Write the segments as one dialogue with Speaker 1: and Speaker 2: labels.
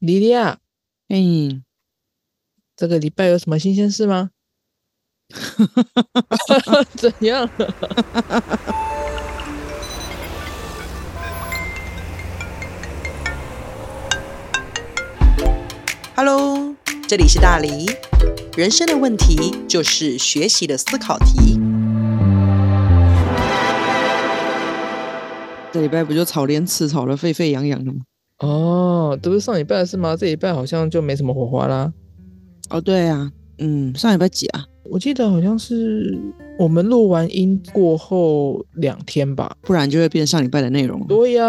Speaker 1: 莉莉亚，
Speaker 2: 嗯，
Speaker 1: 这个礼拜有什么新鲜事吗？ 怎样？
Speaker 2: Hello，这里是大黎。人生的问题就是学习的思考题。这礼拜不就炒莲池炒得沸沸扬扬的吗？
Speaker 1: 哦，这不是上礼拜的事吗？这礼拜好像就没什么火花啦。
Speaker 2: 哦，对啊，嗯，上礼拜几啊？
Speaker 1: 我记得好像是我们录完音过后两天吧。
Speaker 2: 不然就会变上礼拜的内容了。
Speaker 1: 对呀、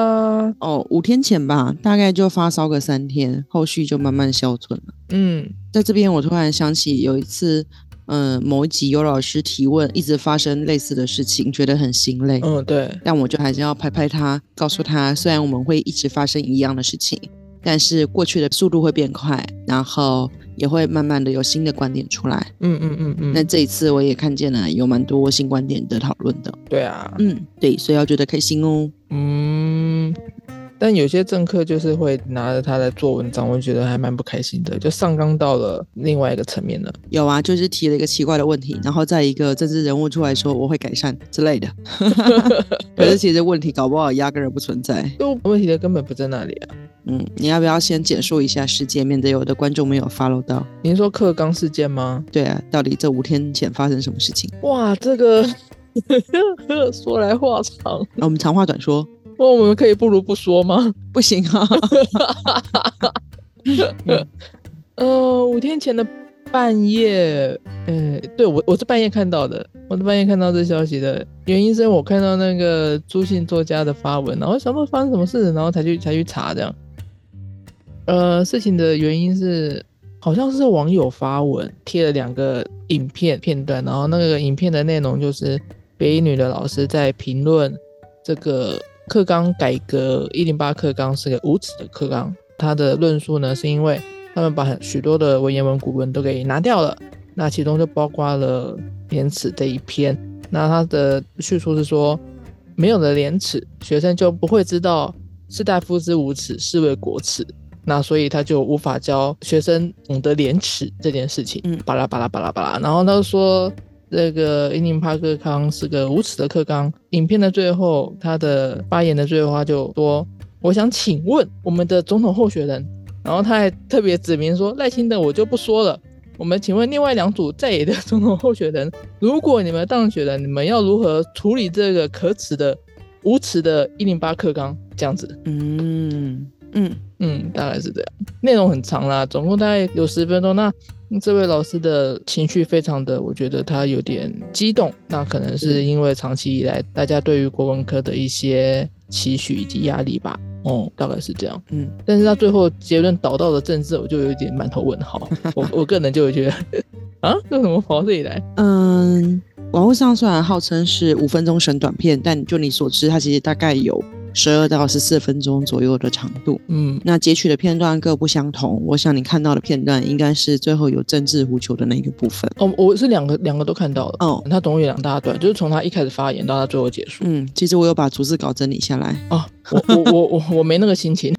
Speaker 2: 哦，五天前吧，大概就发烧个三天，后续就慢慢消退了。
Speaker 1: 嗯，
Speaker 2: 在这边，我突然想起有一次，嗯、某一集有老师提问，一直发生类似的事情，觉得很心累。
Speaker 1: 嗯，对，
Speaker 2: 但我就还是要拍拍他，告诉他，虽然我们会一直发生一样的事情，但是过去的速度会变快，然后也会慢慢的有新的观点出来。
Speaker 1: 嗯嗯嗯嗯，
Speaker 2: 那这一次我也看见了有蛮多新观点的讨论的，
Speaker 1: 对啊，
Speaker 2: 嗯，对，所以要觉得开心哦。
Speaker 1: 嗯。但有些政客就是会拿着它来做文章，我觉得还蛮不开心的，就上纲到了另外一个层面了。
Speaker 2: 有啊，就是提了一个奇怪的问题，然后再一个政治人物出来说我会改善之类的， 可是其实问题搞不好压根儿不存在。
Speaker 1: 就问题的根本不在那里啊。
Speaker 2: 嗯，你要不要先简述一下事件，免得有的观众没有 follow 到？
Speaker 1: 您说克刚事件吗？
Speaker 2: 对啊，到底这五天前发生什么事情？
Speaker 1: 哇，这个 说来话长，
Speaker 2: 那我们长话短说，
Speaker 1: 那我们可以不如不说吗？
Speaker 2: 不行啊！
Speaker 1: 呃，五天前的半夜，呃，对我我是半夜看到的，我是半夜看到这消息的。原因是因为我看到那个朱姓作家的发文，然后想不到发生什么事，然后才去才去查这样。呃，事情的原因是好像是网友发文贴了两个影片片段，然后那个影片的内容就是北一女的老师在评论这个课纲改革一零八课纲是个无耻的课纲。他的论述呢，是因为他们把很许多的文言文古文都给拿掉了，那其中就包括了廉耻这一篇。那他的叙述是说，没有了廉耻，学生就不会知道士大夫之无耻是为国耻。那所以他就无法教学生懂得廉耻这件事情。
Speaker 2: 嗯
Speaker 1: 巴拉巴拉巴拉巴拉。然后他就说，这个伊宁帕克康是个无耻的克刚。影片的最后，他的发言的最后，他就说：“我想请问我们的总统候选人。”然后他还特别指明说：“赖清德我就不说了。”我们请问另外两组在野的总统候选人，如果你们当选了，你们要如何处理这个可耻的、无耻的一零八克刚这样子？
Speaker 2: 嗯嗯，
Speaker 1: 嗯，大概是这样。内容很长啦，总共大概有十分钟。那这位老师的情绪非常的，我觉得他有点激动。那可能是因为长期以来大家对于国文科的一些期许以及压力吧。哦，大概是这样。
Speaker 2: 嗯，
Speaker 1: 但是他最后结论导到了政治，我就有点满头问号。我我个人就会觉得，啊，为什么跑到这里来？
Speaker 2: 嗯，网络上虽然号称是五分钟神短片，但就你所知，它其实大概有十二到十四分钟左右的长度。
Speaker 1: 嗯，
Speaker 2: 那截取的片段各不相同，我想你看到的片段应该是最后有政治无球的那个部分。
Speaker 1: 哦，我是两个两个都看到了。
Speaker 2: 哦，
Speaker 1: 他总共有两大段，就是从他一开始发言到他最后结束。
Speaker 2: 嗯，其实我有把逐字稿整理下来。
Speaker 1: 啊，我我我我我没那个心情。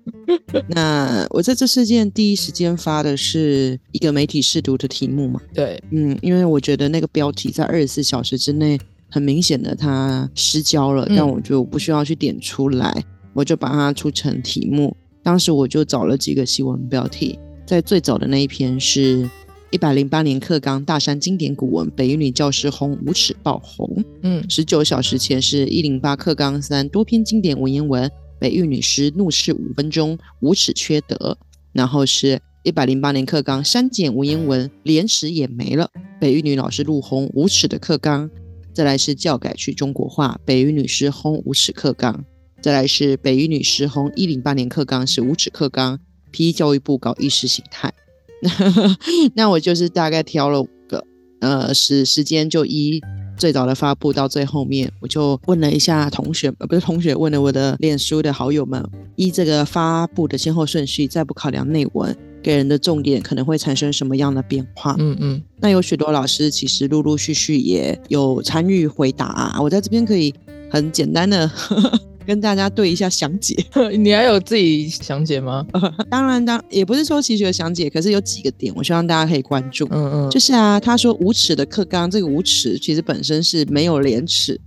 Speaker 2: 那我在这事件第一时间发的是一个媒体试读的题目嘛？
Speaker 1: 对，
Speaker 2: 嗯，因为我觉得那个标题在二十四小时之内很明显的它失焦了，
Speaker 1: 嗯
Speaker 2: 但我觉得我不需要去点出来，我就把它出成题目。当时我就找了几个新闻标题，在最早的那一篇是“一百零八年课纲大山经典古文北一女教师轰无耻爆红”，
Speaker 1: 嗯
Speaker 2: 十九小时前是一零八课纲三多篇经典文言文，美玉女师怒斥五分钟，无耻缺德。然后是一百零八年课纲删减文言文，连耻也没了。北玉女老师怒轰无耻的课纲。再来是教改去中国化，北玉女师轰无耻课纲。再来是北玉女师轰一零八年课纲是无耻课纲，批 E 教育部搞意识形态。 那我就是大概挑了五个，呃，时时间就一最早的发布到最后面，我就问了一下同学，呃，不是同学，问了我的脸书的好友们，依这个发布的先后顺序，再不考量内文给人的重点，可能会产生什么样的变化？
Speaker 1: 嗯嗯
Speaker 2: 那有许多老师其实陆陆啊续续也有参与回答、我在这边可以很简单的 跟大家对一下详解。
Speaker 1: 你还有自己详解吗？
Speaker 2: 当然，当也不是说齐学详解，可是有几个点，我希望大家可以关注。
Speaker 1: 嗯嗯，
Speaker 2: 就是啊，他说无耻的克刚，这个无耻其实本身是没有廉耻，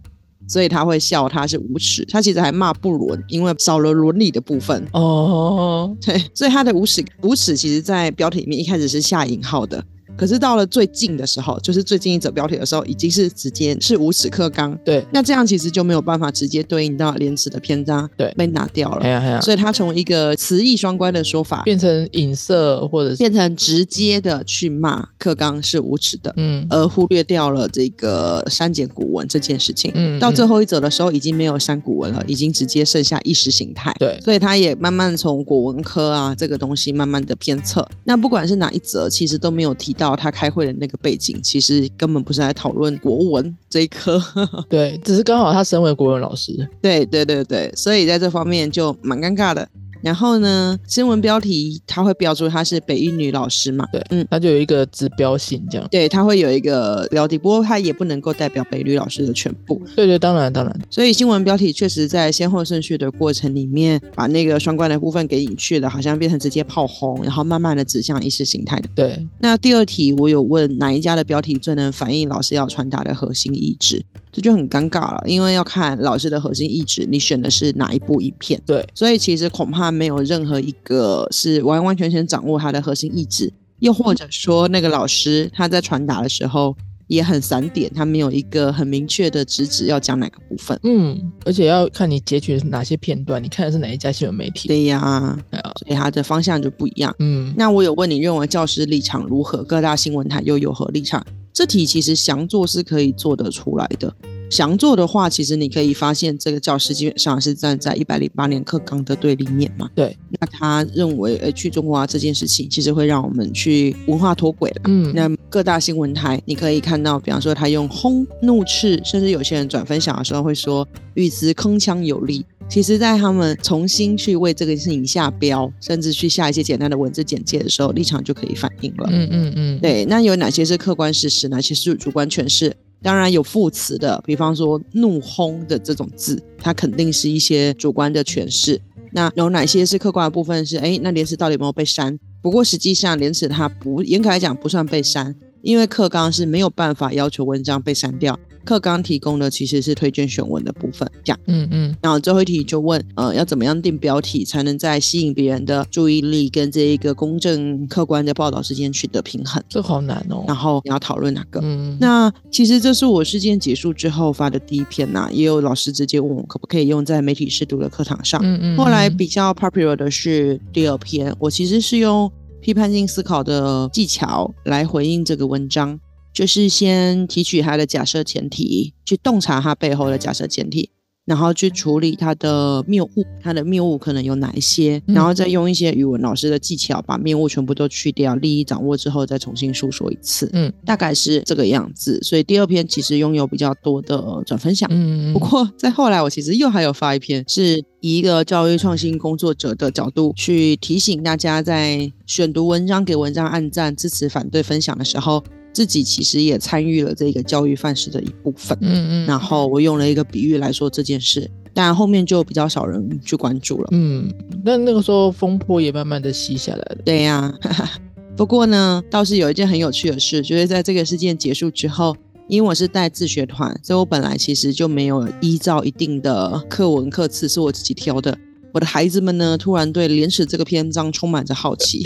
Speaker 2: 所以他会笑他是无耻。他其实还骂不伦，因为少了伦理的部分。
Speaker 1: 哦，
Speaker 2: 对，所以他的无耻无耻，其实在标题里面一开始是下引号的，可是到了最近的时候，就是最近一则标题的时候，已经是直接是无耻克刚。
Speaker 1: 对，
Speaker 2: 那这样其实就没有办法直接对应到廉耻的篇章，
Speaker 1: 对
Speaker 2: 被拿掉了
Speaker 1: 哎。呀哎呀，
Speaker 2: 所以它从一个词义双关的说法，
Speaker 1: 变成影射或者是
Speaker 2: 变成直接的去骂克刚是无耻的，
Speaker 1: 嗯
Speaker 2: 而忽略掉了这个删减古文这件事情。
Speaker 1: 嗯，
Speaker 2: 到最
Speaker 1: 后
Speaker 2: 后一则的时候，已经没有删古文了，已经直接剩下意识形态。
Speaker 1: 对
Speaker 2: 所以它也慢慢从国文科啊这个东西慢慢的偏侧。那不管是哪一则，其实都没有提到他开会的那个背景，其实根本不是在讨论国文这一科。
Speaker 1: 对，只是刚好他身为国文老师，
Speaker 2: 对对对对，所以在这方面就蛮尴尬的。然后呢，新闻标题它会标注她是北一女老师嘛，
Speaker 1: 对，
Speaker 2: 嗯
Speaker 1: 他就有一个指标性这样。
Speaker 2: 对，它会有一个标题，不过它也不能够代表北女老师的全部，
Speaker 1: 对对，当然当然，
Speaker 2: 所以新闻标题确实在先后顺序的过程里面，把那个双关的部分给隐去了，好像变成直接炮轰，然后慢慢的指向意识形态的。
Speaker 1: 对，
Speaker 2: 那第二题我有问哪一家的标题最能反映老师要传达的核心意志，这就很尴尬了，因为要看老师的核心意志，你选的是哪一部影片。
Speaker 1: 对，
Speaker 2: 所以其实恐怕没有任何一个是完完全全掌握他的核心意志，又或者说那个老师他在传达的时候也很散点，他没有一个很明确的直指要讲哪个部分。
Speaker 1: 嗯，而且要看你截取的是哪些片段，你看的是哪一家新闻媒体。
Speaker 2: 对呀、
Speaker 1: 对啊，
Speaker 2: 所以他的方向就不一样。
Speaker 1: 嗯，
Speaker 2: 那我有问你认为教师立场如何，各大新闻台又有何立场？这题其实详做是可以做得出来的。详做的话，其实你可以发现这个教师基本上是站在一百零八年课纲的对立面嘛。
Speaker 1: 对，
Speaker 2: 那他认为，呃，去中国化这件事情，其实会让我们去文化脱轨了。
Speaker 1: 嗯，
Speaker 2: 那各大新闻台，你可以看到，比方说他用轰、怒斥，甚至有些人转分享的时候会说语词铿锵有力。其实，在他们重新去为这个事情下标，甚至去下一些简单的文字简介的时候，立场就可以反映了。
Speaker 1: 嗯嗯嗯，，
Speaker 2: 对，那有哪些是客观事实，哪些是主观诠释？当然有副词的，比方说“怒轰”的这种字，它肯定是一些主观的诠释。那有哪些是客观的部分是？哎，那廉耻到底有没有被删？不过实际上，廉耻它不严格来讲不算被删，因为课纲是没有办法要求文章被删掉。课纲提供的其实是推荐选文的部分，这样。
Speaker 1: 嗯嗯
Speaker 2: 然后最后一题就问，呃，要怎么样定标题才能在吸引别人的注意力跟这一个公正客观的报道之间取得平衡？
Speaker 1: 这好难哦。
Speaker 2: 然后你要讨论哪个。
Speaker 1: 嗯，
Speaker 2: 那其实这是我事件结束之后发的第一篇呐、也有老师直接问我可不可以用在媒体试读的课堂上。
Speaker 1: 嗯嗯，
Speaker 2: 后来
Speaker 1: 嗯
Speaker 2: 比较 popular 的是第二篇，我其实是用批判性思考的技巧来回应这个文章，就是先提取它的假设前提，去洞察它背后的假设前
Speaker 1: 嗯
Speaker 2: 提。然后去处理它的谬误，它的谬误可能有哪一些，
Speaker 1: 嗯
Speaker 2: 然后再用一些语文老师的技巧把谬误全部都去掉，利益掌握之后再重新述说一次，
Speaker 1: 嗯，
Speaker 2: 大概是这个样子。所以第二篇其实拥有比较多的转分享，
Speaker 1: 嗯，嗯
Speaker 2: 不过在后来，我其实又还有发一篇，是以一个教育创新工作者的角度去提醒大家，在选读文章、给文章按赞、支持、反对、分享的时候，自己其实也参与了这个教育范式的一部分。
Speaker 1: 嗯嗯，
Speaker 2: 然后我用了一个比喻来说这件事，但后面就比较少人去关注了。
Speaker 1: 嗯，那那个时候风波也慢慢的吸下来了。
Speaker 2: 对呀、 哈哈。不过呢，倒是有一件很有趣的事，就是在这个事件结束之后，因为我是带自学团，所以我本来其实就没有依照一定的课文课次是我自己挑的。我的孩子们呢，突然对《廉耻》这个篇章充满着好奇。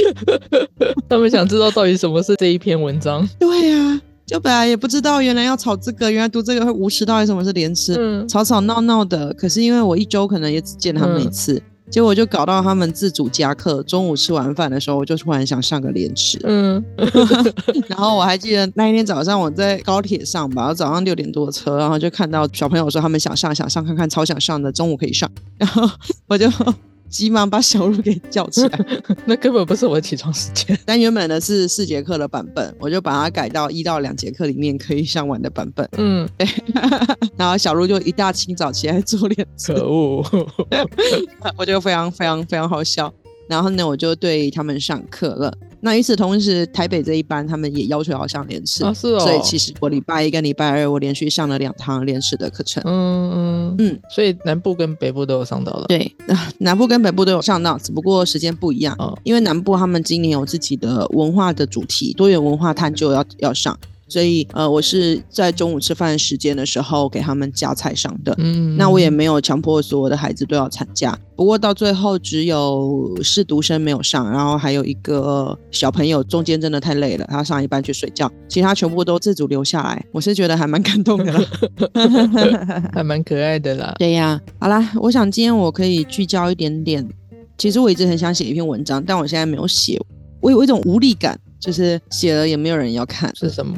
Speaker 1: 他们想知道到底什么是这一篇文 章。
Speaker 2: 对呀、就本来也不知道，原来要炒这个，原来读这个会无耻，到底什么是廉耻？
Speaker 1: 嗯，
Speaker 2: 吵吵闹闹的。可是因为我一周可能也只见他们一次，结果就搞到他们自主加课。中午吃完饭的时候，我就突然想上个廉耻。
Speaker 1: 嗯
Speaker 2: 然后我还记得那一天早上我在高铁上吧，我早上六点多的车，然后就看到小朋友说他们想上想上看看，超想上的，中午可以上，然后我就急忙把小鹿给叫起来。
Speaker 1: 那根本不是我起床时间。
Speaker 2: 但原本呢是四节课的版本，我就把它改到一到两节课里面可以上完的版本。
Speaker 1: 嗯，
Speaker 2: 然后小鹿就一大清早起来做练字
Speaker 1: 可，恶。
Speaker 2: 我觉得非常非常非常好笑。然后呢，我就对他们上课了。那与此同时，台北这一班他们也要求好上连试，
Speaker 1: 啊是哦，
Speaker 2: 所以其实我礼拜一跟礼拜二我连续上了两堂连试的课程。
Speaker 1: 嗯嗯
Speaker 2: 嗯，
Speaker 1: 所以南部跟北部都有上到了。
Speaker 2: 对，啊 南部跟北部都有上到，只不过时间不一样。
Speaker 1: 哦
Speaker 2: 因为南部他们今年有自己的文化的主题，多元文化探究要要上，所以呃，我是在中午吃饭时间的时候给他们加菜上的。
Speaker 1: 嗯，
Speaker 2: 那我也没有强迫所有的孩子都要参加，不过到最后只有是独生没有上，然后还有一个小朋友中间真的太累了，他上一半去睡觉，其他全部都自主留下来，我是觉得还蛮感动的啦。
Speaker 1: 还蛮可爱的啦。
Speaker 2: 对呀、好啦，我想今天我可以聚焦一点点。其实我一直很想写一篇文章，但我现在没有写，我有一种无力感，就是写了也没有人要看。
Speaker 1: 是什么？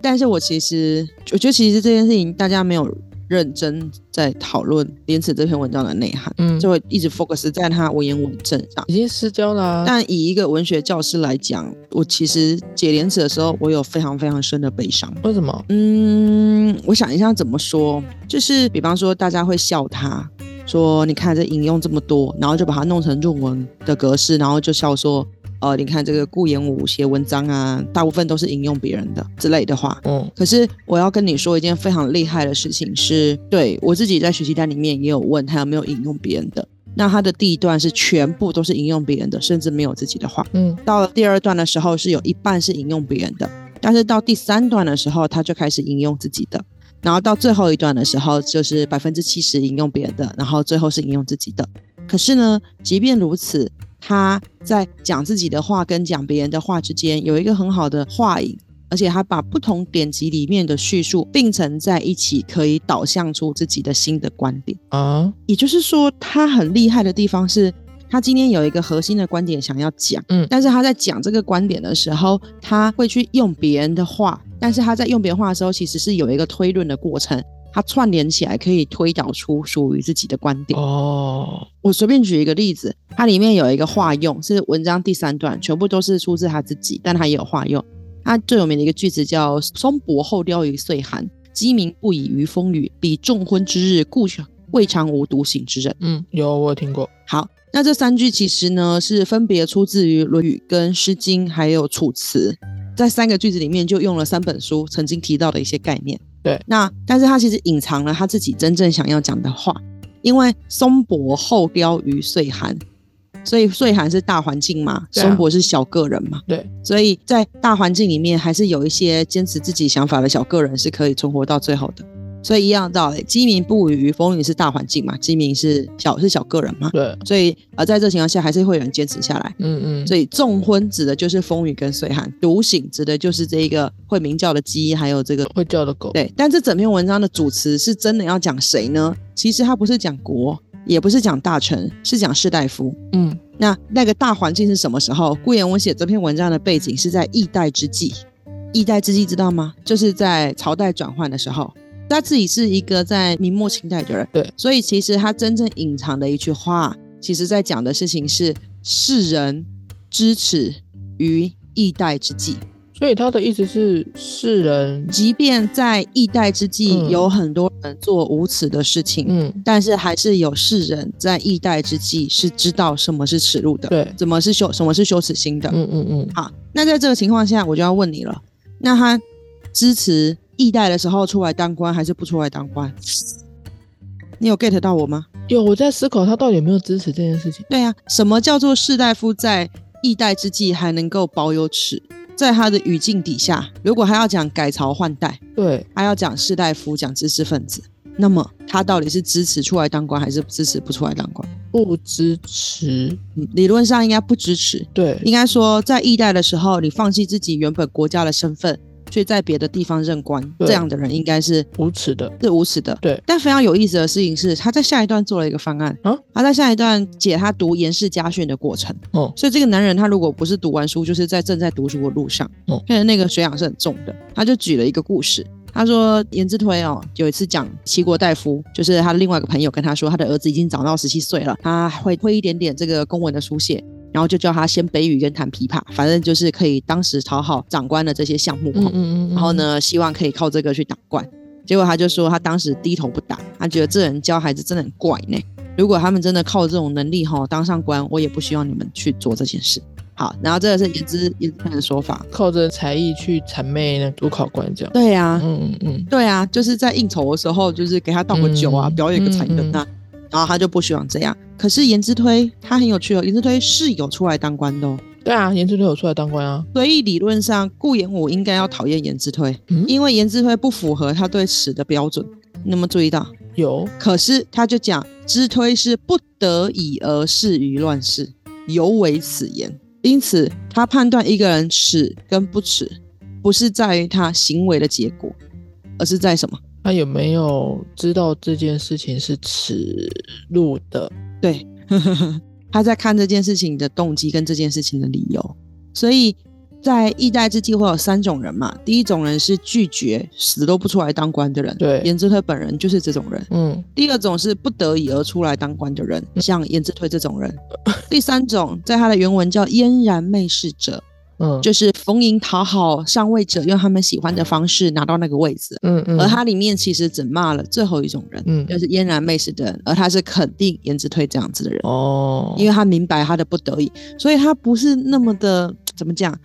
Speaker 2: 但是我其实，我觉得其实这件事情大家没有认真在讨论《廉耻》这篇文章的内涵，
Speaker 1: 嗯，
Speaker 2: 就会一直 focus 在它文言文正上。
Speaker 1: 已经失焦啦。
Speaker 2: 但以一个文学教师来讲，我其实解《廉耻》的时候，我有非常非常深的悲伤。
Speaker 1: 为什么？
Speaker 2: 嗯，我想一下怎么说，就是比方说大家会笑他，说你看这引用这么多，然后就把它弄成论文的格式，然后就笑说，呃，你看这个顾炎武写文章啊，大部分都是引用别人的之类的话。
Speaker 1: 嗯
Speaker 2: 可是我要跟你说一件非常厉害的事情是，对我自己在学习单里面也有问他有没有引用别人的，那他的第一段是全部都是引用别人的，甚至没有自己的话。
Speaker 1: 嗯
Speaker 2: 到了第二段的时候是有一半是引用别人的，但是到第三段的时候他就开始引用自己的，然后到最后一段的时候就是百分之七十引用别人的，然后最后是引用自己的。可是呢，即便如此，他在讲自己的话跟讲别人的话之间有一个很好的画影。而且他把不同典籍里面的叙述并成在一起，可以导向出自己的新的观点。
Speaker 1: 啊
Speaker 2: 也就是说，他很厉害的地方是，他今天有一个核心的观点想要讲，
Speaker 1: 嗯
Speaker 2: 但是他在讲这个观点的时候，他会去用别人的话，但是他在用别人话的时候，其实是有一个推论的过程，他串联起来可以推导出属于自己的观点。
Speaker 1: 哦，
Speaker 2: 我随便举一个例子，它里面有一个化用是文章第三段，全部都是出自他自己，但他也有化用。他最有名的一个句子叫“松柏后凋于岁寒，鸡鸣不已于风雨，彼仲昏之日，故未尝无独醒之人。”
Speaker 1: 嗯，有我有听过。
Speaker 2: 好，那这三句其实呢是分别出自于《论语》、跟《诗经》还有《楚辞》，在三个句子里面就用了三本书曾经提到的一些概念。
Speaker 1: 对，
Speaker 2: 那但是他其实隐藏了他自己真正想要讲的话，因为松柏后凋于岁寒，所以岁寒是大环境嘛，
Speaker 1: 对啊
Speaker 2: 松柏是小个人嘛，
Speaker 1: 对，
Speaker 2: 所以在大环境里面还是有一些坚持自己想法的小个人是可以存活到最后的。所以一样的道理，鸡鸣不语于风雨是大环境嘛，鸡鸣是小是小个人嘛，
Speaker 1: 对，
Speaker 2: 所以呃，在这情况下还是会有人坚持下来。
Speaker 1: 嗯嗯，
Speaker 2: 所以重婚指的就是风雨跟岁寒，独醒指的就是这一个会鸣叫的鸡，还有这个
Speaker 1: 会叫的狗。
Speaker 2: 对。但这整篇文章的主词是真的要讲谁呢？其实它不是讲国，也不是讲大臣，是讲士大夫。
Speaker 1: 嗯，
Speaker 2: 那那个大环境是什么时候？顾炎武写这篇文章的背景是在易代之际，易代之际知道吗？就是在朝代转换的时候。他自己是一个在明末清代的人，
Speaker 1: 对，
Speaker 2: 所以其实他真正隐藏的一句话，其实在讲的事情是世人知耻于易代之际。
Speaker 1: 所以他的意思是世人，
Speaker 2: 即便在易代之际，
Speaker 1: 嗯
Speaker 2: 有很多人做无耻的事情，
Speaker 1: 嗯，
Speaker 2: 但是还是有世人在易代之际是知道什么是耻辱的，
Speaker 1: 对，
Speaker 2: 怎么是羞，什么是羞耻心的。
Speaker 1: 嗯嗯嗯，
Speaker 2: 好，那在这个情况下，我就要问你了，那他支持易代的时候出来当官，还是不出来当官？你有 get 到我吗？
Speaker 1: 有我在思考他到底有没有支持这件事情。
Speaker 2: 对啊，什么叫做士大夫在易代之际还能够保有耻？在他的语境底下，如果还要讲改朝换代，
Speaker 1: 对，
Speaker 2: 还要讲士大夫、讲知识分子，那么他到底是支持出来当官，还是支持不出来当官？
Speaker 1: 不支持，
Speaker 2: 嗯理论上应该不支持，
Speaker 1: 对，
Speaker 2: 应该说，在易代的时候，你放弃自己原本国家的身份，去在别的地方任官，
Speaker 1: 对
Speaker 2: 这样的人应该是
Speaker 1: 无耻的。
Speaker 2: 是无耻的。
Speaker 1: 对，
Speaker 2: 但非常有意思的事情是，他在下一段做了一个方案
Speaker 1: 啊
Speaker 2: 他在下一段解他读严氏家训的过程。
Speaker 1: 哦
Speaker 2: 所以这个男人他如果不是读完书，就是在正在读书的路上。
Speaker 1: 哦
Speaker 2: 看来那个水养是很重的。他就举了一个故事，他说严之推哦，有一次讲齐国大夫，就是他另外一个朋友跟他说，他的儿子已经长到十七岁了，他会会一点点这个公文的书写。然后就叫他先北语跟弹琵琶，反正就是可以当时讨好长官的这些项目。
Speaker 1: 嗯嗯嗯，嗯
Speaker 2: 然后？呢，希望可以靠这个去打怪。结果他就说他当时低头不打，他觉得这人教孩子真的很怪呢。如果他们真的靠这种能力哈当上官，我也不希望你们去做这件事。好，然后这个是言之言之看的说法。
Speaker 1: 嗯靠着才艺去谄媚那主考官这样。
Speaker 2: 对呀、啊，
Speaker 1: 嗯嗯嗯，
Speaker 2: 对啊，就是在应酬的时候，就是给他倒个酒啊，
Speaker 1: 嗯
Speaker 2: 表演个才能啊，然后他就不希望这样。可是颜之推他很有趣哦，颜之推是有出来当官的、哦，
Speaker 1: 对啊，颜值都有出来当官啊。
Speaker 2: 所以理论上顾炎武应该要讨厌颜之推，
Speaker 1: 嗯
Speaker 2: 因为颜之推不符合他对史的标准。你有没有注意到？
Speaker 1: 有
Speaker 2: 可是他就讲，之推是不得已而事于乱世，尤为此言。因此，他判断一个人耻跟不耻，不是在于他行为的结果，而是在什么？
Speaker 1: 他有没有知道这件事情是耻辱的？
Speaker 2: 对， 他在看这件事情的动机跟这件事情的理由。所以在一代之际会有三种人嘛，第一种人是拒绝死都不出来当官的人，
Speaker 1: 对
Speaker 2: 颜之推本人就是这种人。
Speaker 1: 嗯，
Speaker 2: 第二种是不得已而出来当官的人，像颜之推这种人；第三种，在他的原文叫嫣然媚视者，
Speaker 1: 嗯，
Speaker 2: 就是逢迎讨好上位者，用他们喜欢的方式拿到那个位置。
Speaker 1: 嗯嗯，
Speaker 2: 而他里面其实只骂了最后一种人，
Speaker 1: 嗯
Speaker 2: 就是嫣然媚视的人，而他是肯定颜之推这样子的人，
Speaker 1: 哦，
Speaker 2: 因为他明白他的不得已，所以他不是那么的怎么讲。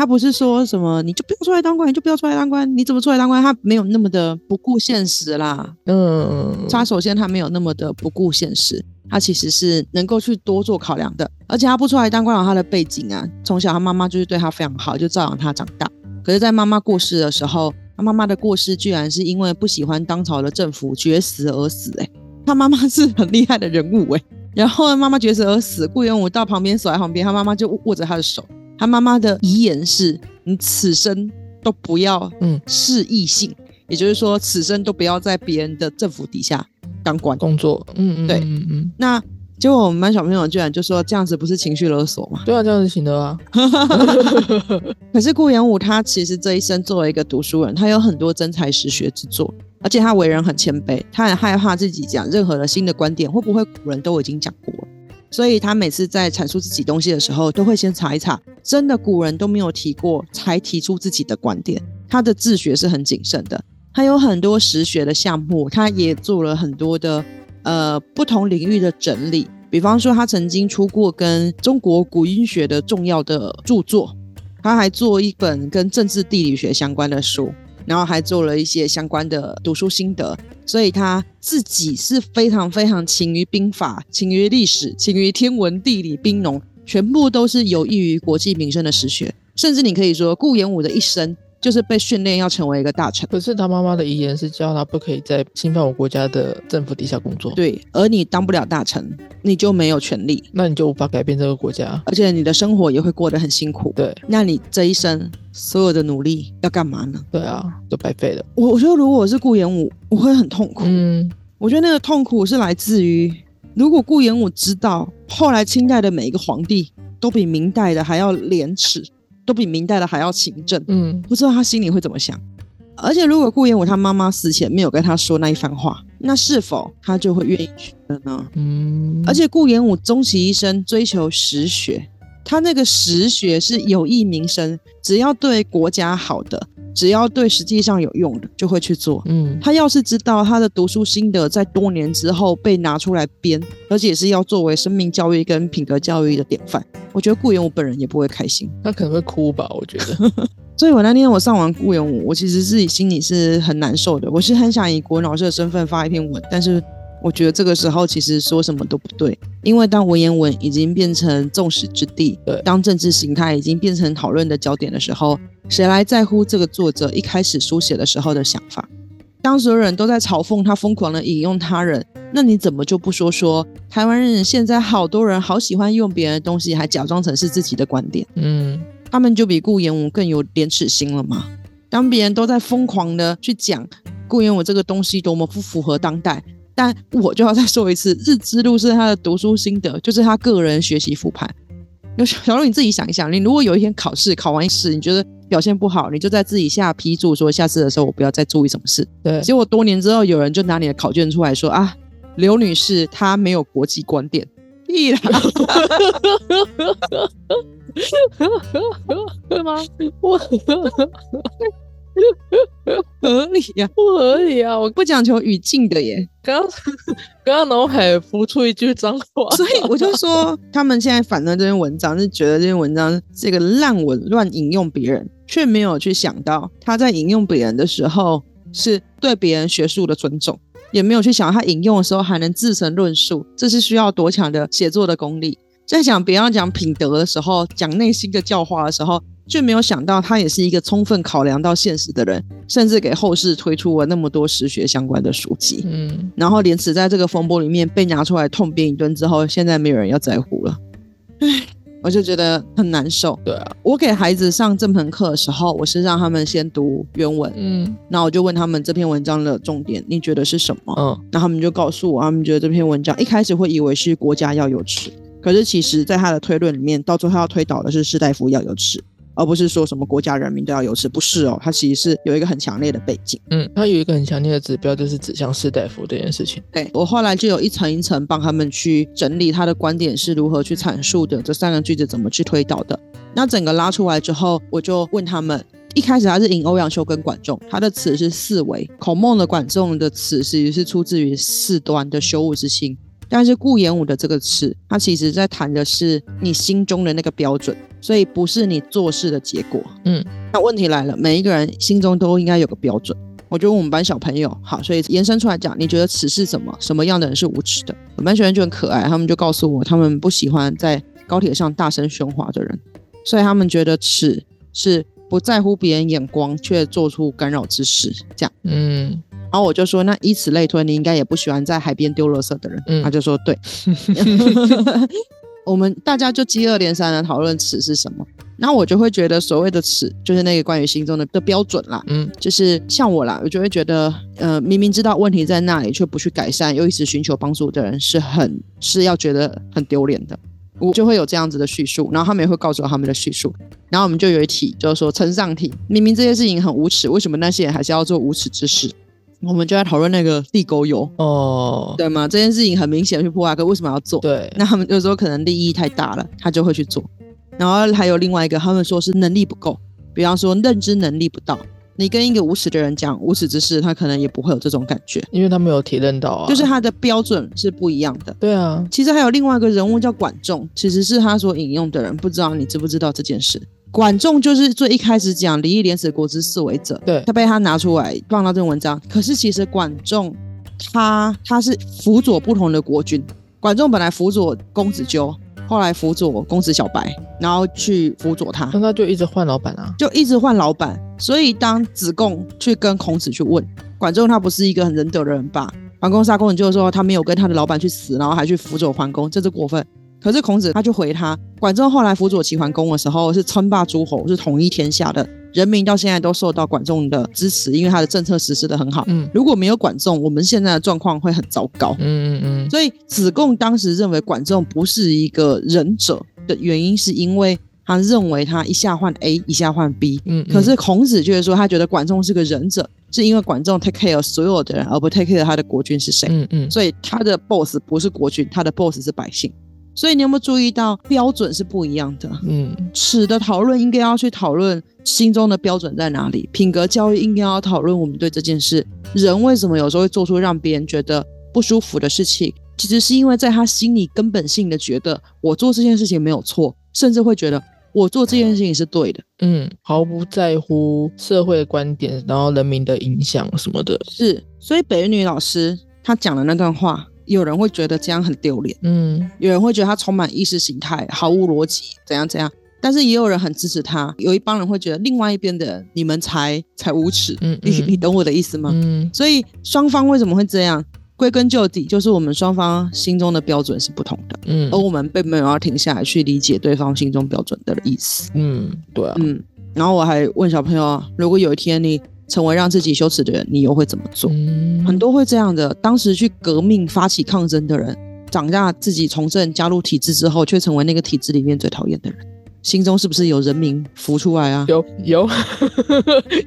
Speaker 2: 他不是说什么你就不要出来当官，你就不要出来当官，你怎么出来当官？他没有那么的不顾现实啦，
Speaker 1: 嗯
Speaker 2: 他首先他没有那么的不顾现实，他其实是能够去多做考量的。而且他不出来当官，有他的背景啊，从小他妈妈就是对他非常好，就照养他长大。可是，在妈妈过世的时候，他妈妈的过世居然是因为不喜欢当朝的政府绝食而死、欸。他妈妈是很厉害的人物哎、然后妈妈绝食而死，顾炎武到旁边守在旁边，他妈妈就握着他的手。他妈妈的遗言是：你此生都不要
Speaker 1: 嗯
Speaker 2: 是异性，也就是说，此生都不要在别人的政府底下当官。
Speaker 1: 工作，嗯嗯，
Speaker 2: 对
Speaker 1: 嗯嗯，
Speaker 2: 那结果我们班小朋友居然就说这样子不是情绪勒索吗？
Speaker 1: 对啊，这样子行的啊，
Speaker 2: 可是顾炎武他其实这一生作为一个读书人，他有很多真才实学之作，而且他为人很谦卑，他很害怕自己讲任何的新的观点会不会古人都已经讲过了。所以他每次在阐述自己东西的时候，都会先查一查，真的古人都没有提过，才提出自己的观点。他的自学是很谨慎的，他有很多实学的项目，他也做了很多的呃不同领域的整理。比方说，他曾经出过跟中国古音学的重要的著作，他还做一本跟政治地理学相关的书，然后还做了一些相关的读书心得。所以他自己是非常非常勤于兵法、勤于历史、勤于天文、地理、兵农，全部都是有益于国计民生的实学。甚至你可以说，顾炎武的一生就是被训练要成为一个大臣。
Speaker 1: 可是他妈妈的遗言是叫他不可以在侵犯我国家的政府底下工作，，
Speaker 2: 对，而你当不了大臣，你就没有权利，
Speaker 1: 那你就无法改变这个国家，
Speaker 2: 而且你的生活也会过得很辛苦。
Speaker 1: 对
Speaker 2: 那你这一生所有的努力要干嘛呢？
Speaker 1: 对啊，都白费了，
Speaker 2: 我我觉得如果我是顾炎武，我会很痛苦。
Speaker 1: 嗯
Speaker 2: 我觉得那个痛苦是来自于，如果顾炎武知道后来清代的每一个皇帝都比明代的还要廉耻，都比明代的还要勤政，
Speaker 1: 嗯
Speaker 2: 不知道他心里会怎么想。而且，如果顾炎武他妈妈死前没有跟他说那一番话，那是否他就会愿意去了呢？
Speaker 1: 嗯，
Speaker 2: 而且顾炎武终其一生追求实学，他那个实学是有益民生，只要对国家好的，只要对实际上有用的，就会去做。
Speaker 1: 嗯
Speaker 2: 他要是知道他的读书心得在多年之后被拿出来编，而且是要作为生命教育跟品格教育的典范，我觉得顾炎武本人也不会开心。
Speaker 1: 他可能会哭吧，我觉 得，
Speaker 2: 所以我那天我上完顾炎武，我其实自己心里是很难受的。我是很想以国文老师的身份发一篇文，但是我觉得这个时候其实说什么都不对，因为当文言文已经变成众矢之的
Speaker 1: 对，
Speaker 2: 当政治形态已经变成讨论的焦点的时候，谁来在乎这个作者一开始书写的时候的想法？当所有人都在嘲讽他疯狂的引用他人，那你怎么就不说说台湾人现在好多人好喜欢用别人的东西，还假装成是自己的观点？
Speaker 1: 嗯
Speaker 2: 他们就比顾炎武更有廉耻心了嘛。当别人都在疯狂的去讲顾炎武这个东西多么不符合当代，但我就要再说一次，《日之路》是他的读书心得，就是他个人学习复盘。那小小鹿，你自己想一想，你如果有一天考试考完试，你觉得表现不好，你就在自己下批注说，下次的时候我不要再注意什么事。
Speaker 1: 对，
Speaker 2: 结果多年之后，有人就拿你的考卷出来说啊，刘女士她没有国际观点， 屁啦！
Speaker 1: 会吗？我
Speaker 2: 合理呀、
Speaker 1: 不合理啊！我
Speaker 2: 不讲求语境的耶。
Speaker 1: 刚 刚刚脑海浮出一句脏话，
Speaker 2: 所以我就说，他们现在反了这篇文章，是觉得这篇文章这个烂文乱引用别人，却没有去想到他在引用别人的时候是对别人学术的尊重，也没有去想他引用的时候还能自成论述，这是需要多强的写作的功力。在讲别人讲品德的时候，讲内心的教化的时候，却没有想到他也是一个充分考量到现实的人，甚至给后世推出了那么多史学相关的书籍。
Speaker 1: 嗯，
Speaker 2: 然后莲池在这个风波里面被拿出来痛扁一顿之后，现在没有人要在乎了，唉，我就觉得很难受。
Speaker 1: 对啊，
Speaker 2: 我给孩子上这门课的时候，我是让他们先读原文，
Speaker 1: 嗯
Speaker 2: 那我就问他们这篇文章的重点，你觉得是什么？
Speaker 1: 嗯
Speaker 2: 那他们就告诉我，他们觉得这篇文章一开始会以为是国家要有耻，可是其实在他的推论里面，到最后要推导的是士大夫要有耻，而不是说什么国家人民都要有耻，不是哦，他其实是有一个很强烈的背景。
Speaker 1: 嗯，它有一个很强烈的指标，就是指向士大夫这件事情。
Speaker 2: 对我后来就有一层一层帮他们去整理他的观点是如何去阐述的，这三个句子怎么去推导的。那整个拉出来之后，我就问他们，一开始他是引欧阳修跟管仲，他的词是四维，孔孟的管仲的词其实是出自于四端的羞恶之心，但是顾炎武的这个词，他其实在谈的是你心中的那个标准，所以不是你做事的结果。
Speaker 1: 嗯，
Speaker 2: 那问题来了，每一个人心中都应该有个标准。我觉得我们班小朋友好，所以延伸出来讲，你觉得耻是什么？什么样的人是无耻的？我们班学生就很可爱，他们就告诉我，他们不喜欢在高铁上大声喧哗的人，所以他们觉得耻是不在乎别人眼光却做出干扰之事。这样，
Speaker 1: 嗯，
Speaker 2: 然后我就说，那以此类推，你应该也不喜欢在海边丢垃圾的人。
Speaker 1: 嗯
Speaker 2: 他就说对。 我们大家就接二连三的讨论耻是什么，然后我就会觉得所谓的耻就是那个关于心中的的标准啦。
Speaker 1: 嗯，
Speaker 2: 就是像我啦，我就会觉得，呃，明明知道问题在那里却不去改善，又一直寻求帮助的人是很是要觉得很丢脸的。我就会有这样子的叙述，然后他们也会告诉我他们的叙述，然后我们就有一题就是说呈上题，明明这些事情很无耻，为什么那些人还是要做无耻之事？我们就在讨论那个地沟油，
Speaker 1: 哦，
Speaker 2: 对吗？这件事情很明显去破坏，可为什么要做？
Speaker 1: 对，
Speaker 2: 那他们就说可能利益太大了，他就会去做。然后还有另外一个，他们说是能力不够，比方说认知能力不到。你跟一个无耻的人讲无耻之事，他可能也不会有这种感觉，
Speaker 1: 因为他没有体认到啊，
Speaker 2: 就是他的标准是不一样的。
Speaker 1: 对啊，
Speaker 2: 其实还有另外一个人物叫管仲，其实是他所引用的人，不知道你知不知道这件事。管仲就是最一开始讲“礼义廉耻，国之四维者”，
Speaker 1: 对
Speaker 2: 他被他拿出来放到这篇文章。可是其实管仲他他是辅佐不同的国君，管仲本来辅佐公子纠，后来辅佐公子小白，然后去辅佐他，
Speaker 1: 那他就一直换老板啊，
Speaker 2: 就一直换老板。所以当子贡去跟孔子去问管仲，他不是一个很仁德的人吧？桓公杀公，你就说他没有跟他的老板去死，然后还去辅佐桓公，这是过分。可是孔子他就回他，管仲后来辅佐齐桓公的时候是称霸诸侯，是统一天下的，人民到现在都受到管仲的支持，因为他的政策实施的很好。
Speaker 1: 嗯
Speaker 2: 如果没有管仲，我们现在的状况会很糟糕。
Speaker 1: 嗯嗯嗯，
Speaker 2: 所以子贡当时认为管仲不是一个仁者的原因，是因为他认为他一下换 A，一下换 B。
Speaker 1: 嗯，
Speaker 2: 可是孔子却说，他觉得管仲是个仁者，是因为管仲 take care 所有的人，而不 take care 他的国君是谁。
Speaker 1: 嗯嗯，
Speaker 2: 所以他的 boss 不是国君，他的 boss 是百姓。所以你有没有注意到标准是不一样的？
Speaker 1: 嗯
Speaker 2: 尺的讨论应该要去讨论心中的标准在哪里，品格教育应该要讨论我们对这件事，人为什么有时候会做出让别人觉得不舒服的事情，其实是因为在他心里根本性的觉得我做这件事情没有错，甚至会觉得我做这件事情是对的。
Speaker 1: 嗯，毫不在乎社会的观点，然后人民的影响什么的，
Speaker 2: 是，所以北一女老师她讲的那段话，有人会觉得这样很丢脸，
Speaker 1: 嗯
Speaker 2: 有人会觉得她充满意识形态，毫无逻辑，怎样怎样。但是也有人很支持她，有一帮人会觉得另外一边的人你们才才无耻，
Speaker 1: 嗯
Speaker 2: 你你懂我的意思吗？
Speaker 1: 嗯
Speaker 2: 所以双方为什么会这样？归根究底，就是我们双方心中的标准是不同的，
Speaker 1: 嗯
Speaker 2: 而我们并没有要停下来去理解对方心中标准的意思。
Speaker 1: 嗯，对啊，
Speaker 2: 嗯，然后我还问小朋友啊，如果有一天你成为让自己羞耻的人，你又会怎么做？
Speaker 1: 嗯，
Speaker 2: 很多会这样的，当时去革命发起抗争的人，长大自己从政加入体制之后，却成为那个体制里面最讨厌的人，心中是不是有人民浮出来啊？
Speaker 1: 有有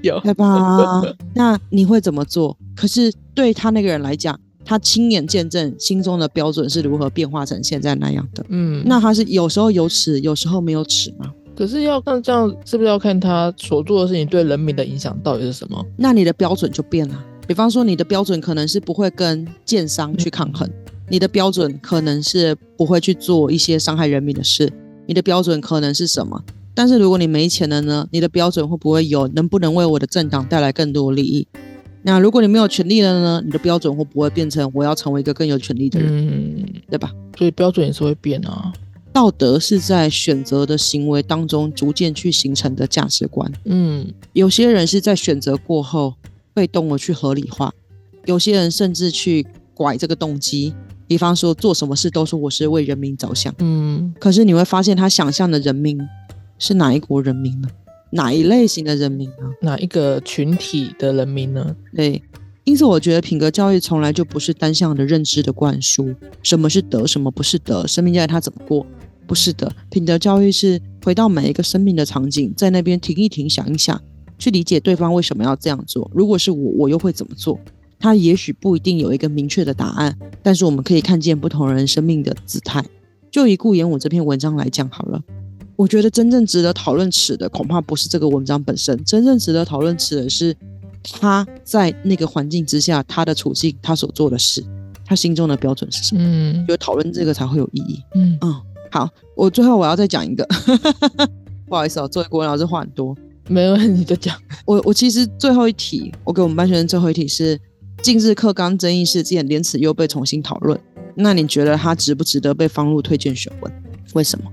Speaker 1: 有，
Speaker 2: 对吧？那你会怎么做？可是对他那个人来讲，他亲眼见证心中的标准是如何变化成现在那样的。
Speaker 1: 嗯，
Speaker 2: 那他是有时候有尺，有时候没有尺吗？
Speaker 1: 可是要看这样，是不是要看他所做的事情对人民的影响到底是什么？
Speaker 2: 那你的标准就变了。比方说，你的标准可能是不会跟建商去抗衡，你的标准可能是不会去做一些伤害人民的事，你的标准可能是什么？但是如果你没钱了呢？你的标准会不会有能不能为我的政党带来更多利益？那如果你没有权利了呢？你的标准会不会变成我要成为一个更有权利的人，
Speaker 1: 嗯，
Speaker 2: 对吧？
Speaker 1: 所以标准也是会变啊。
Speaker 2: 道德是在选择的行为当中逐渐去形成的价值观。
Speaker 1: 嗯，
Speaker 2: 有些人是在选择过后被动的去合理化，有些人甚至去拐这个动机，比方说做什么事都说我是为人民着想，
Speaker 1: 嗯，
Speaker 2: 可是你会发现他想象的人民是哪一国人民呢？哪一类型的人民呢？
Speaker 1: 哪一个群体的人民呢？
Speaker 2: 对，因此我觉得品格教育从来就不是单向的认知的灌输，什么是德，什么不是德，生命价值它怎么过，不是的。品德教育是回到每一个生命的场景，在那边停一停，想一想，去理解对方为什么要这样做。如果是我，我又会怎么做？他也许不一定有一个明确的答案，但是我们可以看见不同人生命的姿态。就以顾炎武这篇文章来讲好了，我觉得真正值得讨论尺的，恐怕不是这个文章本身，真正值得讨论尺的是他在那个环境之下，他的处境，他所做的事，他心中的标准是什么？
Speaker 1: 嗯
Speaker 2: 觉得讨论这个才会有意义。
Speaker 1: 嗯
Speaker 2: 嗯，好，我最后我要再讲一个， 不好意思哦，作为国文老师话很多。
Speaker 1: 没问题，就讲。
Speaker 2: 我我其实最后一题，我给我们班学生最后一题是近日课纲争议事件，廉耻又被重新讨论。那你觉得它值不值得被方路推荐选文？为什么？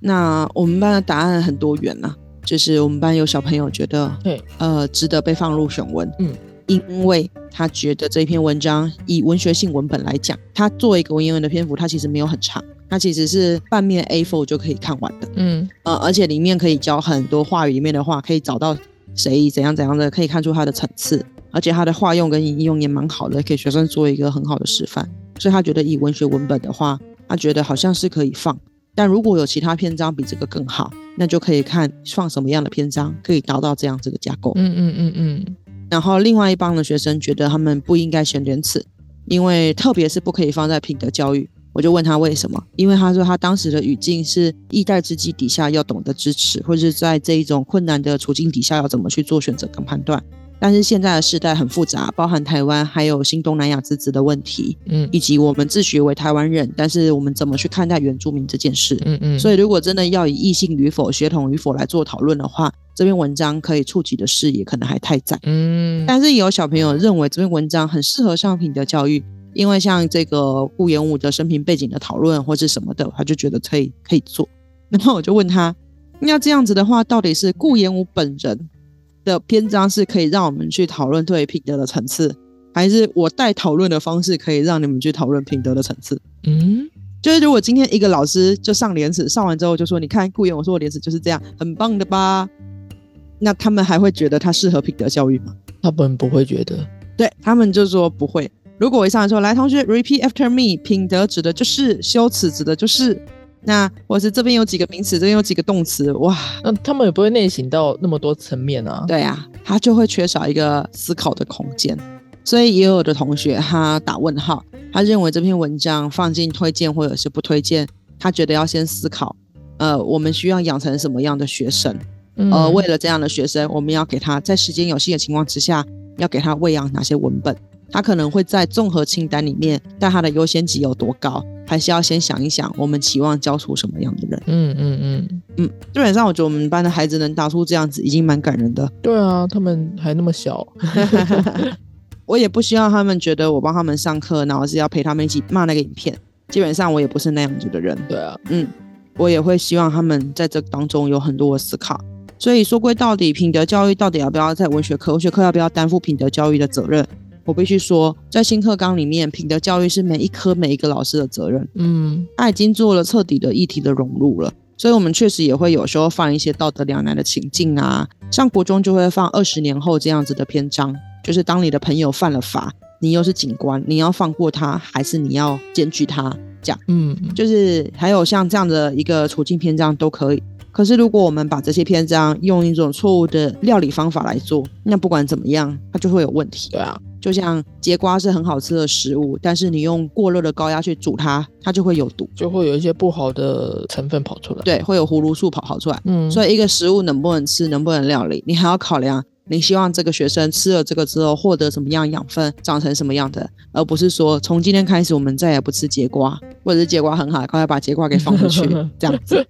Speaker 2: 那我们班的答案很多元啊，就是我们班有小朋友觉得，
Speaker 1: 对，
Speaker 2: 呃，值得被放入选文，
Speaker 1: 嗯，
Speaker 2: 因为他觉得这篇文章以文学性文本来讲，它作为一个文言文的篇幅，它其实没有很长，它其实是半面 A4 就可以看完的。
Speaker 1: 嗯
Speaker 2: 呃，而且里面可以教很多话语里面的话，可以找到谁怎样怎样的，可以看出他的层次，而且他的话用跟引用也蛮好的，给学生做一个很好的示范。所以他觉得以文学文本的话，他觉得好像是可以放，但如果有其他篇章比这个更好，那就可以看放什么样的篇章可以达到这样子的架构。
Speaker 1: 嗯嗯嗯嗯
Speaker 2: 然后另外一帮的学生觉得他们不应该选廉耻，因为特别是不可以放在品德教育。我就问他为什么，因为他说他当时的语境是一代之际底下要懂得支持，或者是在这一种困难的处境底下要怎么去做选择跟判断。但是现在的世代很复杂，包含台湾还有新东南亚之子的问题，
Speaker 1: 嗯
Speaker 2: 以及我们自诩为台湾人，但是我们怎么去看待原住民这件事？
Speaker 1: 嗯嗯，
Speaker 2: 所
Speaker 1: 以
Speaker 2: 以，如果真的要以异性与否、血统与否来做讨论的话，这篇文章可以触及的视野可能还太窄。
Speaker 1: 嗯
Speaker 2: 但是也有小朋友认为这篇文章很适合上品德教育，因为像这个顾炎武的生平背景的讨论或是什么的，他就觉得可以可以做。然后我就问他，那这样子的话，到底是顾炎武本人的篇章是可以让我们去讨论对品德的层次，还是我带讨论的方式可以让你们去讨论品德的层次？
Speaker 1: 嗯
Speaker 2: 就是如果今天一个老师就上廉耻，上完之后就说：“你看顾炎武说我廉耻就是这样，很棒的吧？”那他们还会觉得他适合品德教育吗？
Speaker 1: 他本不会觉得。
Speaker 2: 对他们就说不会。如果我一上来说，来同学，repeat after me，品德指的就是羞耻，指的就是那，或是这边有几个名词，这边有几个动词，哇，
Speaker 1: 那他们也不会内省到那么多层面啊。
Speaker 2: 对啊，他就会缺少一个思考的空间。所以也有的同学他打问号，他认为这篇文章放进推荐或者是不推荐，他觉得要先思考，呃，我们需要养成什么样的学生。
Speaker 1: 嗯
Speaker 2: 呃，为了这样的学生，我们要给他在时间有限的情况之下，要给他喂养哪些文本？他可能会在综合清单里面，但他的优先级有多高，还是要先想一想，我们期望教出什么样的人。
Speaker 1: 嗯嗯嗯，
Speaker 2: 嗯，基本上我觉得我们班的孩子能打出这样子，已经蛮感人的。
Speaker 1: 对啊，他们还那么小。
Speaker 2: 我也不希望他们觉得我帮他们上课，然后是要陪他们一起骂那个影片。基本上我也不是那样子的人。
Speaker 1: 对啊，
Speaker 2: 嗯，我也会希望他们在这当中有很多的思考。所以说归到底，品德教育到底要不要在文学课？文学课要不要担负品德教育的责任？我必须说，在新课纲里面，品德教育是每一科每一个老师的责任。
Speaker 1: 嗯
Speaker 2: 他已经做了彻底的议题的融入了，所以我们确实也会有时候犯一些道德两难的情境啊。像国中就会放二十年后这样子的篇章，就是当你的朋友犯了法，你又是警官，你要放过他，还是你要检举他？
Speaker 1: 嗯
Speaker 2: 就是还有像这样的一个处境篇章都可以。可是如果我们把这些篇章用一种错误的料理方法来做，那不管怎么样，它就会有问题。
Speaker 1: 对啊，
Speaker 2: 就像节瓜是很好吃的食物，但是你用过热的高压去煮它，它就会有毒，
Speaker 1: 就会有一些不好的成分跑出来。，
Speaker 2: 对，会有葫芦素跑跑出来。
Speaker 1: 嗯，
Speaker 2: 所以一个食物能不能吃，能不能料理，你还要考量你希望这个学生吃了这个之后获得什么样养分，长成什么样的，而不是说从今天开始我们再也不吃节瓜，或者是节瓜很好，赶快把节瓜给放回 去这样子。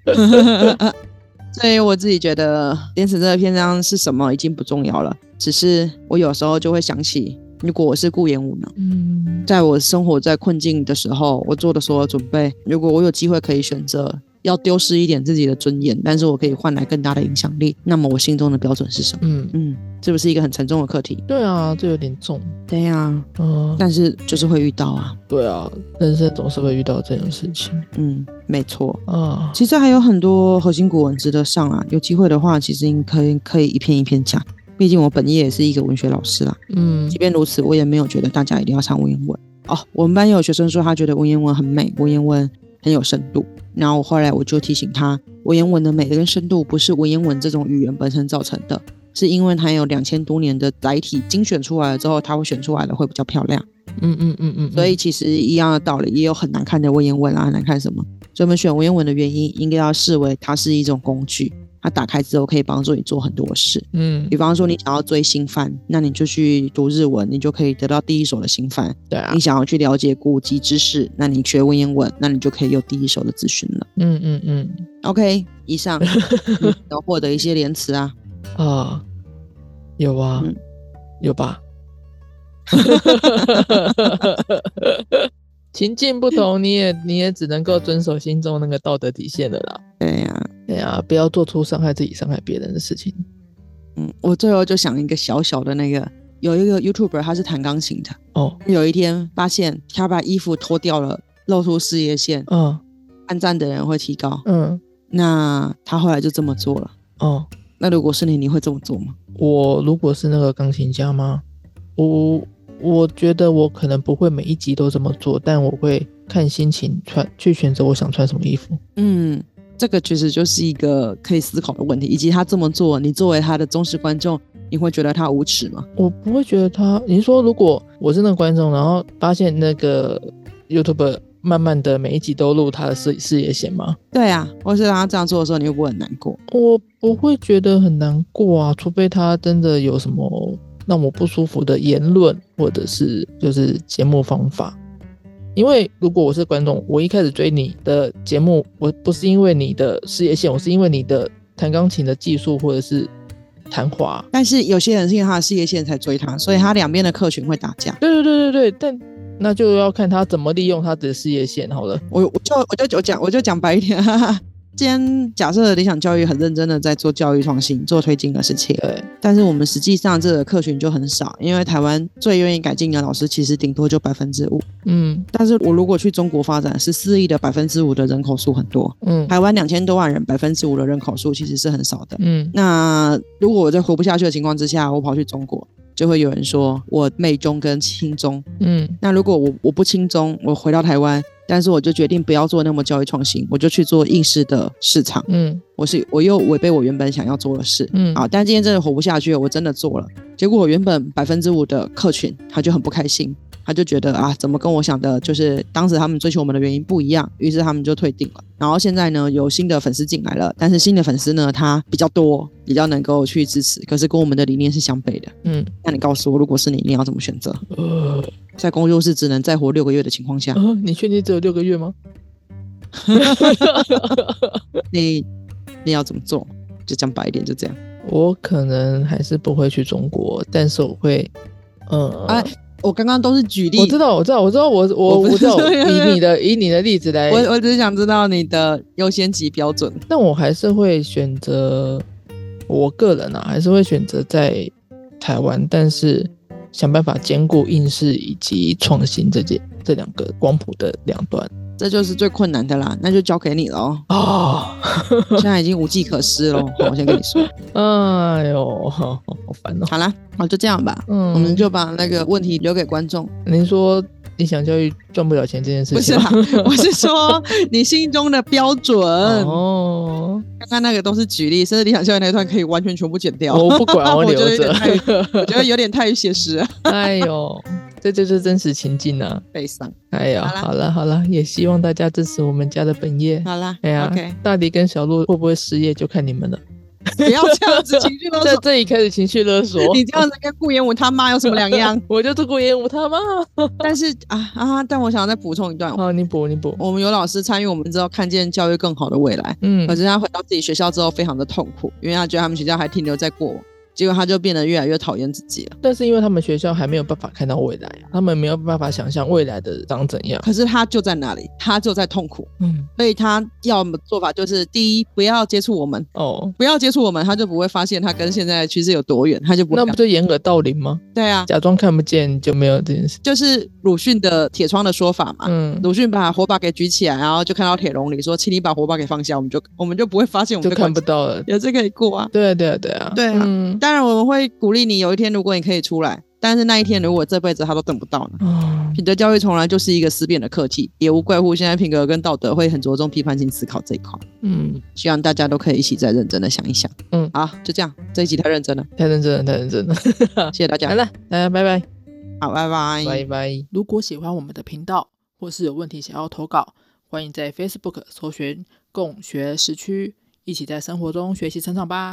Speaker 2: 所以我自己觉得《连城》这个篇章是什么已经不重要了，只是我有时候就会想起，如果我是顾炎武呢？
Speaker 1: 嗯，
Speaker 2: 在我生活在困境的时候，我做的所有准备，如果我有机会可以选择要丢失一点自己的尊严，但是我可以换来更大的影响力，那么我心中的标准是什么？
Speaker 1: 嗯，
Speaker 2: 嗯，这不是一个很沉重的课题。
Speaker 1: 对啊，这有点重。
Speaker 2: 对呀、
Speaker 1: 嗯，
Speaker 2: 但是就是会遇到啊。
Speaker 1: 对啊，人生总是会遇到这种事情
Speaker 2: 嗯，没错。
Speaker 1: 啊。
Speaker 2: 其实还有很多核心古文值得上啊，有机会的话，其实你可以可以一篇一篇讲。毕竟我本业也是一个文学老师啦。
Speaker 1: 嗯
Speaker 2: 即便如此，我也没有觉得大家一定要上文言文哦。我们班也有学生说他觉得文言文很美，文言文很有深度。然后我后来我就提醒他，文言文的美跟深度不是文言文这种语言本身造成的，是因为它有两千多年的载体精选出来了之后，它会选出来的会比较漂亮。
Speaker 1: 嗯嗯嗯嗯，
Speaker 2: 所以其实一样的道理，也有很难看的文言文啊，很难看什么。所以我们选文言文的原因，应该要视为它是一种工具，它打开之后可以帮助你做很多事。
Speaker 1: 嗯，
Speaker 2: 比方说你想要追新番，那你就去读日文，你就可以得到第一手的新番；
Speaker 1: 对啊
Speaker 2: 你，想要去了解古籍知识，那你学文言文，那你就可以有第一手的资讯了。
Speaker 1: 嗯嗯嗯
Speaker 2: OK，以上你有获得一些连词啊，
Speaker 1: 啊，有啊
Speaker 2: 嗯，
Speaker 1: 有吧？情境不同，你也你也只能够遵守心中那个道德底线的啦。
Speaker 2: 对呀、
Speaker 1: 对啊，不要做出伤害自己、伤害别人的事情。
Speaker 2: 嗯，我最后就想一个小小的那个，有一个 YouTuber 他是弹钢琴的，
Speaker 1: 哦，
Speaker 2: 有一天发现他把衣服脱掉了，露出事业线，
Speaker 1: 嗯
Speaker 2: 按赞的人会提高，
Speaker 1: 嗯
Speaker 2: 那他后来就这么做了。
Speaker 1: 哦，
Speaker 2: 那如果是你，你会这么做吗？
Speaker 1: 我如果是那个钢琴家吗？我我觉得我可能不会每一集都这么做，但我会看心情穿去选择我想穿什么衣服。
Speaker 2: 嗯，这个其实就是一个可以思考的问题，以及他这么做，你作为他的忠实观众，你会觉得他无耻吗？
Speaker 1: 我不会觉得他，你说如果我是那个观众，然后发现那个 YouTube 慢慢的每一集都录他的事事业线吗？
Speaker 2: 对啊，或是他这样做的时候，你会不会很难过？
Speaker 1: 我不会觉得很难过啊，除非他真的有什么让我不舒服的言论，或者是就是节目方法。因为如果我是观众，我一开始追你的节目，我不是因为你的事业线，我是因为你的弹钢琴的技术或者是弹滑。
Speaker 2: 但是有些人是因为他的事业线才追他，所以他两边的客群会打架。
Speaker 1: 对对对对对，但那就要看他怎么利用他的事业线好了。
Speaker 2: 我我就我就我讲我就讲白一点， 哈哈。今天假设理想教育很认真的在做教育创新、做推进的事情，
Speaker 1: 对，
Speaker 2: 但是我们实际上这个客群就很少，因为台湾最愿意改进的老师其实顶多就百分之五。
Speaker 1: 嗯
Speaker 2: 但是我如果去中国发展，是四亿的百分之五的人口数很多，
Speaker 1: 嗯
Speaker 2: 台湾两千多万人，百分之五的人口数其实是很少的。
Speaker 1: 嗯
Speaker 2: 那如果我在活不下去的情况之下，我跑去中国，就会有人说我媚中跟亲中。
Speaker 1: 嗯
Speaker 2: 那如果我我不亲中，我回到台湾，但是我就决定不要做那么教育创新，我就去做应试的市场。
Speaker 1: 嗯
Speaker 2: 我是我又违背我原本想要做的事。
Speaker 1: 嗯，
Speaker 2: 好，但今天真的活不下去了，我真的做了，结果我原本百分之五的客群他就很不开心，他就觉得啊，怎么跟我想的，就是当时他们追求我们的原因不一样，于是他们就退订了。然后现在呢，有新的粉丝进来了，但是新的粉丝呢，他比较多，比较能够去支持，可是跟我们的理念是相悖的。
Speaker 1: 嗯
Speaker 2: 那你告诉我，如果是你，你要怎么选择？
Speaker 1: 呃
Speaker 2: 在工作室只能再活六个月的情况 下，
Speaker 1: 呃，你确定只有六个月吗？
Speaker 2: 你你要怎么做？就讲白一点，就这样。
Speaker 1: 我可能还是不会去中国，但是我会，嗯，
Speaker 2: 哎我刚刚都是举例，
Speaker 1: 我知道，我知道，我知道，我我
Speaker 2: 我不
Speaker 1: 我 知道，
Speaker 2: 是这样
Speaker 1: 以你的以你的例子来，
Speaker 2: 我我只是想知道你的优先级标准。
Speaker 1: 但我还是会选择，我个人啊，还是会选择在台湾，但是想办法兼顾应试以及创新这件这两个光谱的两端。
Speaker 2: 这就是最困难的啦，那就交给你了哦
Speaker 1: 啊。
Speaker 2: 现在已经无计可施了，好我先跟你 说。
Speaker 1: 哎呦，好好烦哦。
Speaker 2: 好啦，好就这样吧，
Speaker 1: 嗯，
Speaker 2: 我们就把那个问题留给观众。
Speaker 1: 您说理想教育赚不了钱这件事
Speaker 2: 不是
Speaker 1: 情
Speaker 2: 啦
Speaker 1: 吗？，
Speaker 2: 我是说你心中的标准。
Speaker 1: 哦，
Speaker 2: 刚刚那个都是举例，甚至理想校园那一段可以完全全部剪掉。
Speaker 1: 哦我不 管，我
Speaker 2: 我觉
Speaker 1: 留
Speaker 2: 得有点太我
Speaker 1: 着。
Speaker 2: 觉得有点太写实了，
Speaker 1: 哎呦，这就是真实情境啊！
Speaker 2: 悲伤。
Speaker 1: 哎呦，
Speaker 2: 好啦
Speaker 1: 好了好了，也希望大家支持我们家的本业。
Speaker 2: 好啦，
Speaker 1: 哎呀
Speaker 2: o k
Speaker 1: 大迪跟小鹿会不会失业就看你们了。
Speaker 2: 不要这样子情绪勒
Speaker 1: 在
Speaker 2: 索，
Speaker 1: 这里开始情绪勒索，
Speaker 2: 你这样子跟顾炎武他妈有什么两 样？
Speaker 1: 我就是顾炎武他妈。
Speaker 2: 哦但是啊啊，但我想要再补充一段，
Speaker 1: 好，你补你补。
Speaker 2: 我们有老师参与我们之后，看见教育更好的未来。
Speaker 1: 嗯
Speaker 2: 可，是他回到自己学校之后，非常的痛苦，因为他觉得他们学校还停留在过往，结果他就变得越来越讨厌自己了。
Speaker 1: 但是因为他们学校还没有办法看到未来啊，他们没有办法想象未来的长怎样。
Speaker 2: 可是他就在那里，他就在痛苦，
Speaker 1: 嗯，
Speaker 2: 所以他要么做法就是：第一，不要接触我们，
Speaker 1: 哦，
Speaker 2: 不要接触我们，他就不会发现他跟现在的趋势有多远，他就不会
Speaker 1: 那不就掩耳盗铃吗？
Speaker 2: 对啊，
Speaker 1: 假装看不见就没有这件事。
Speaker 2: 就是鲁迅的铁窗的说法嘛。
Speaker 1: 嗯，
Speaker 2: 鲁迅把火把给举起来，然后就看到铁笼里说：“请你把火把给放下，我们就我们就不会发现我
Speaker 1: 就
Speaker 2: 们被
Speaker 1: 看
Speaker 2: 关
Speaker 1: 不
Speaker 2: 起
Speaker 1: 到了。
Speaker 2: 来，也是可以过啊。
Speaker 1: 对啊，对啊，对啊，
Speaker 2: 对啊
Speaker 1: 嗯，
Speaker 2: 当然，我们会鼓励你，有一天如果你可以出来，但是那一天如果这辈子他都等不到呢？
Speaker 1: 啊，
Speaker 2: 品德教育从来就是一个思辨的课题，也无怪乎现在品格跟道德会很着重批判性思考这一块。
Speaker 1: 嗯，
Speaker 2: 希望大家都可以一起再认真的想一想。
Speaker 1: 嗯，
Speaker 2: 好，就这样，这一集太认真了，
Speaker 1: 太认真了，太认真了。
Speaker 2: 谢谢 大
Speaker 1: 好
Speaker 2: 家，
Speaker 1: 了，大家拜拜，
Speaker 2: 好，拜拜，
Speaker 1: 拜拜。
Speaker 3: 如果喜欢我们的频道，或是有问题想要投稿，欢迎在 Facebook 搜寻“共学时区”，一起在生活中学习成长吧。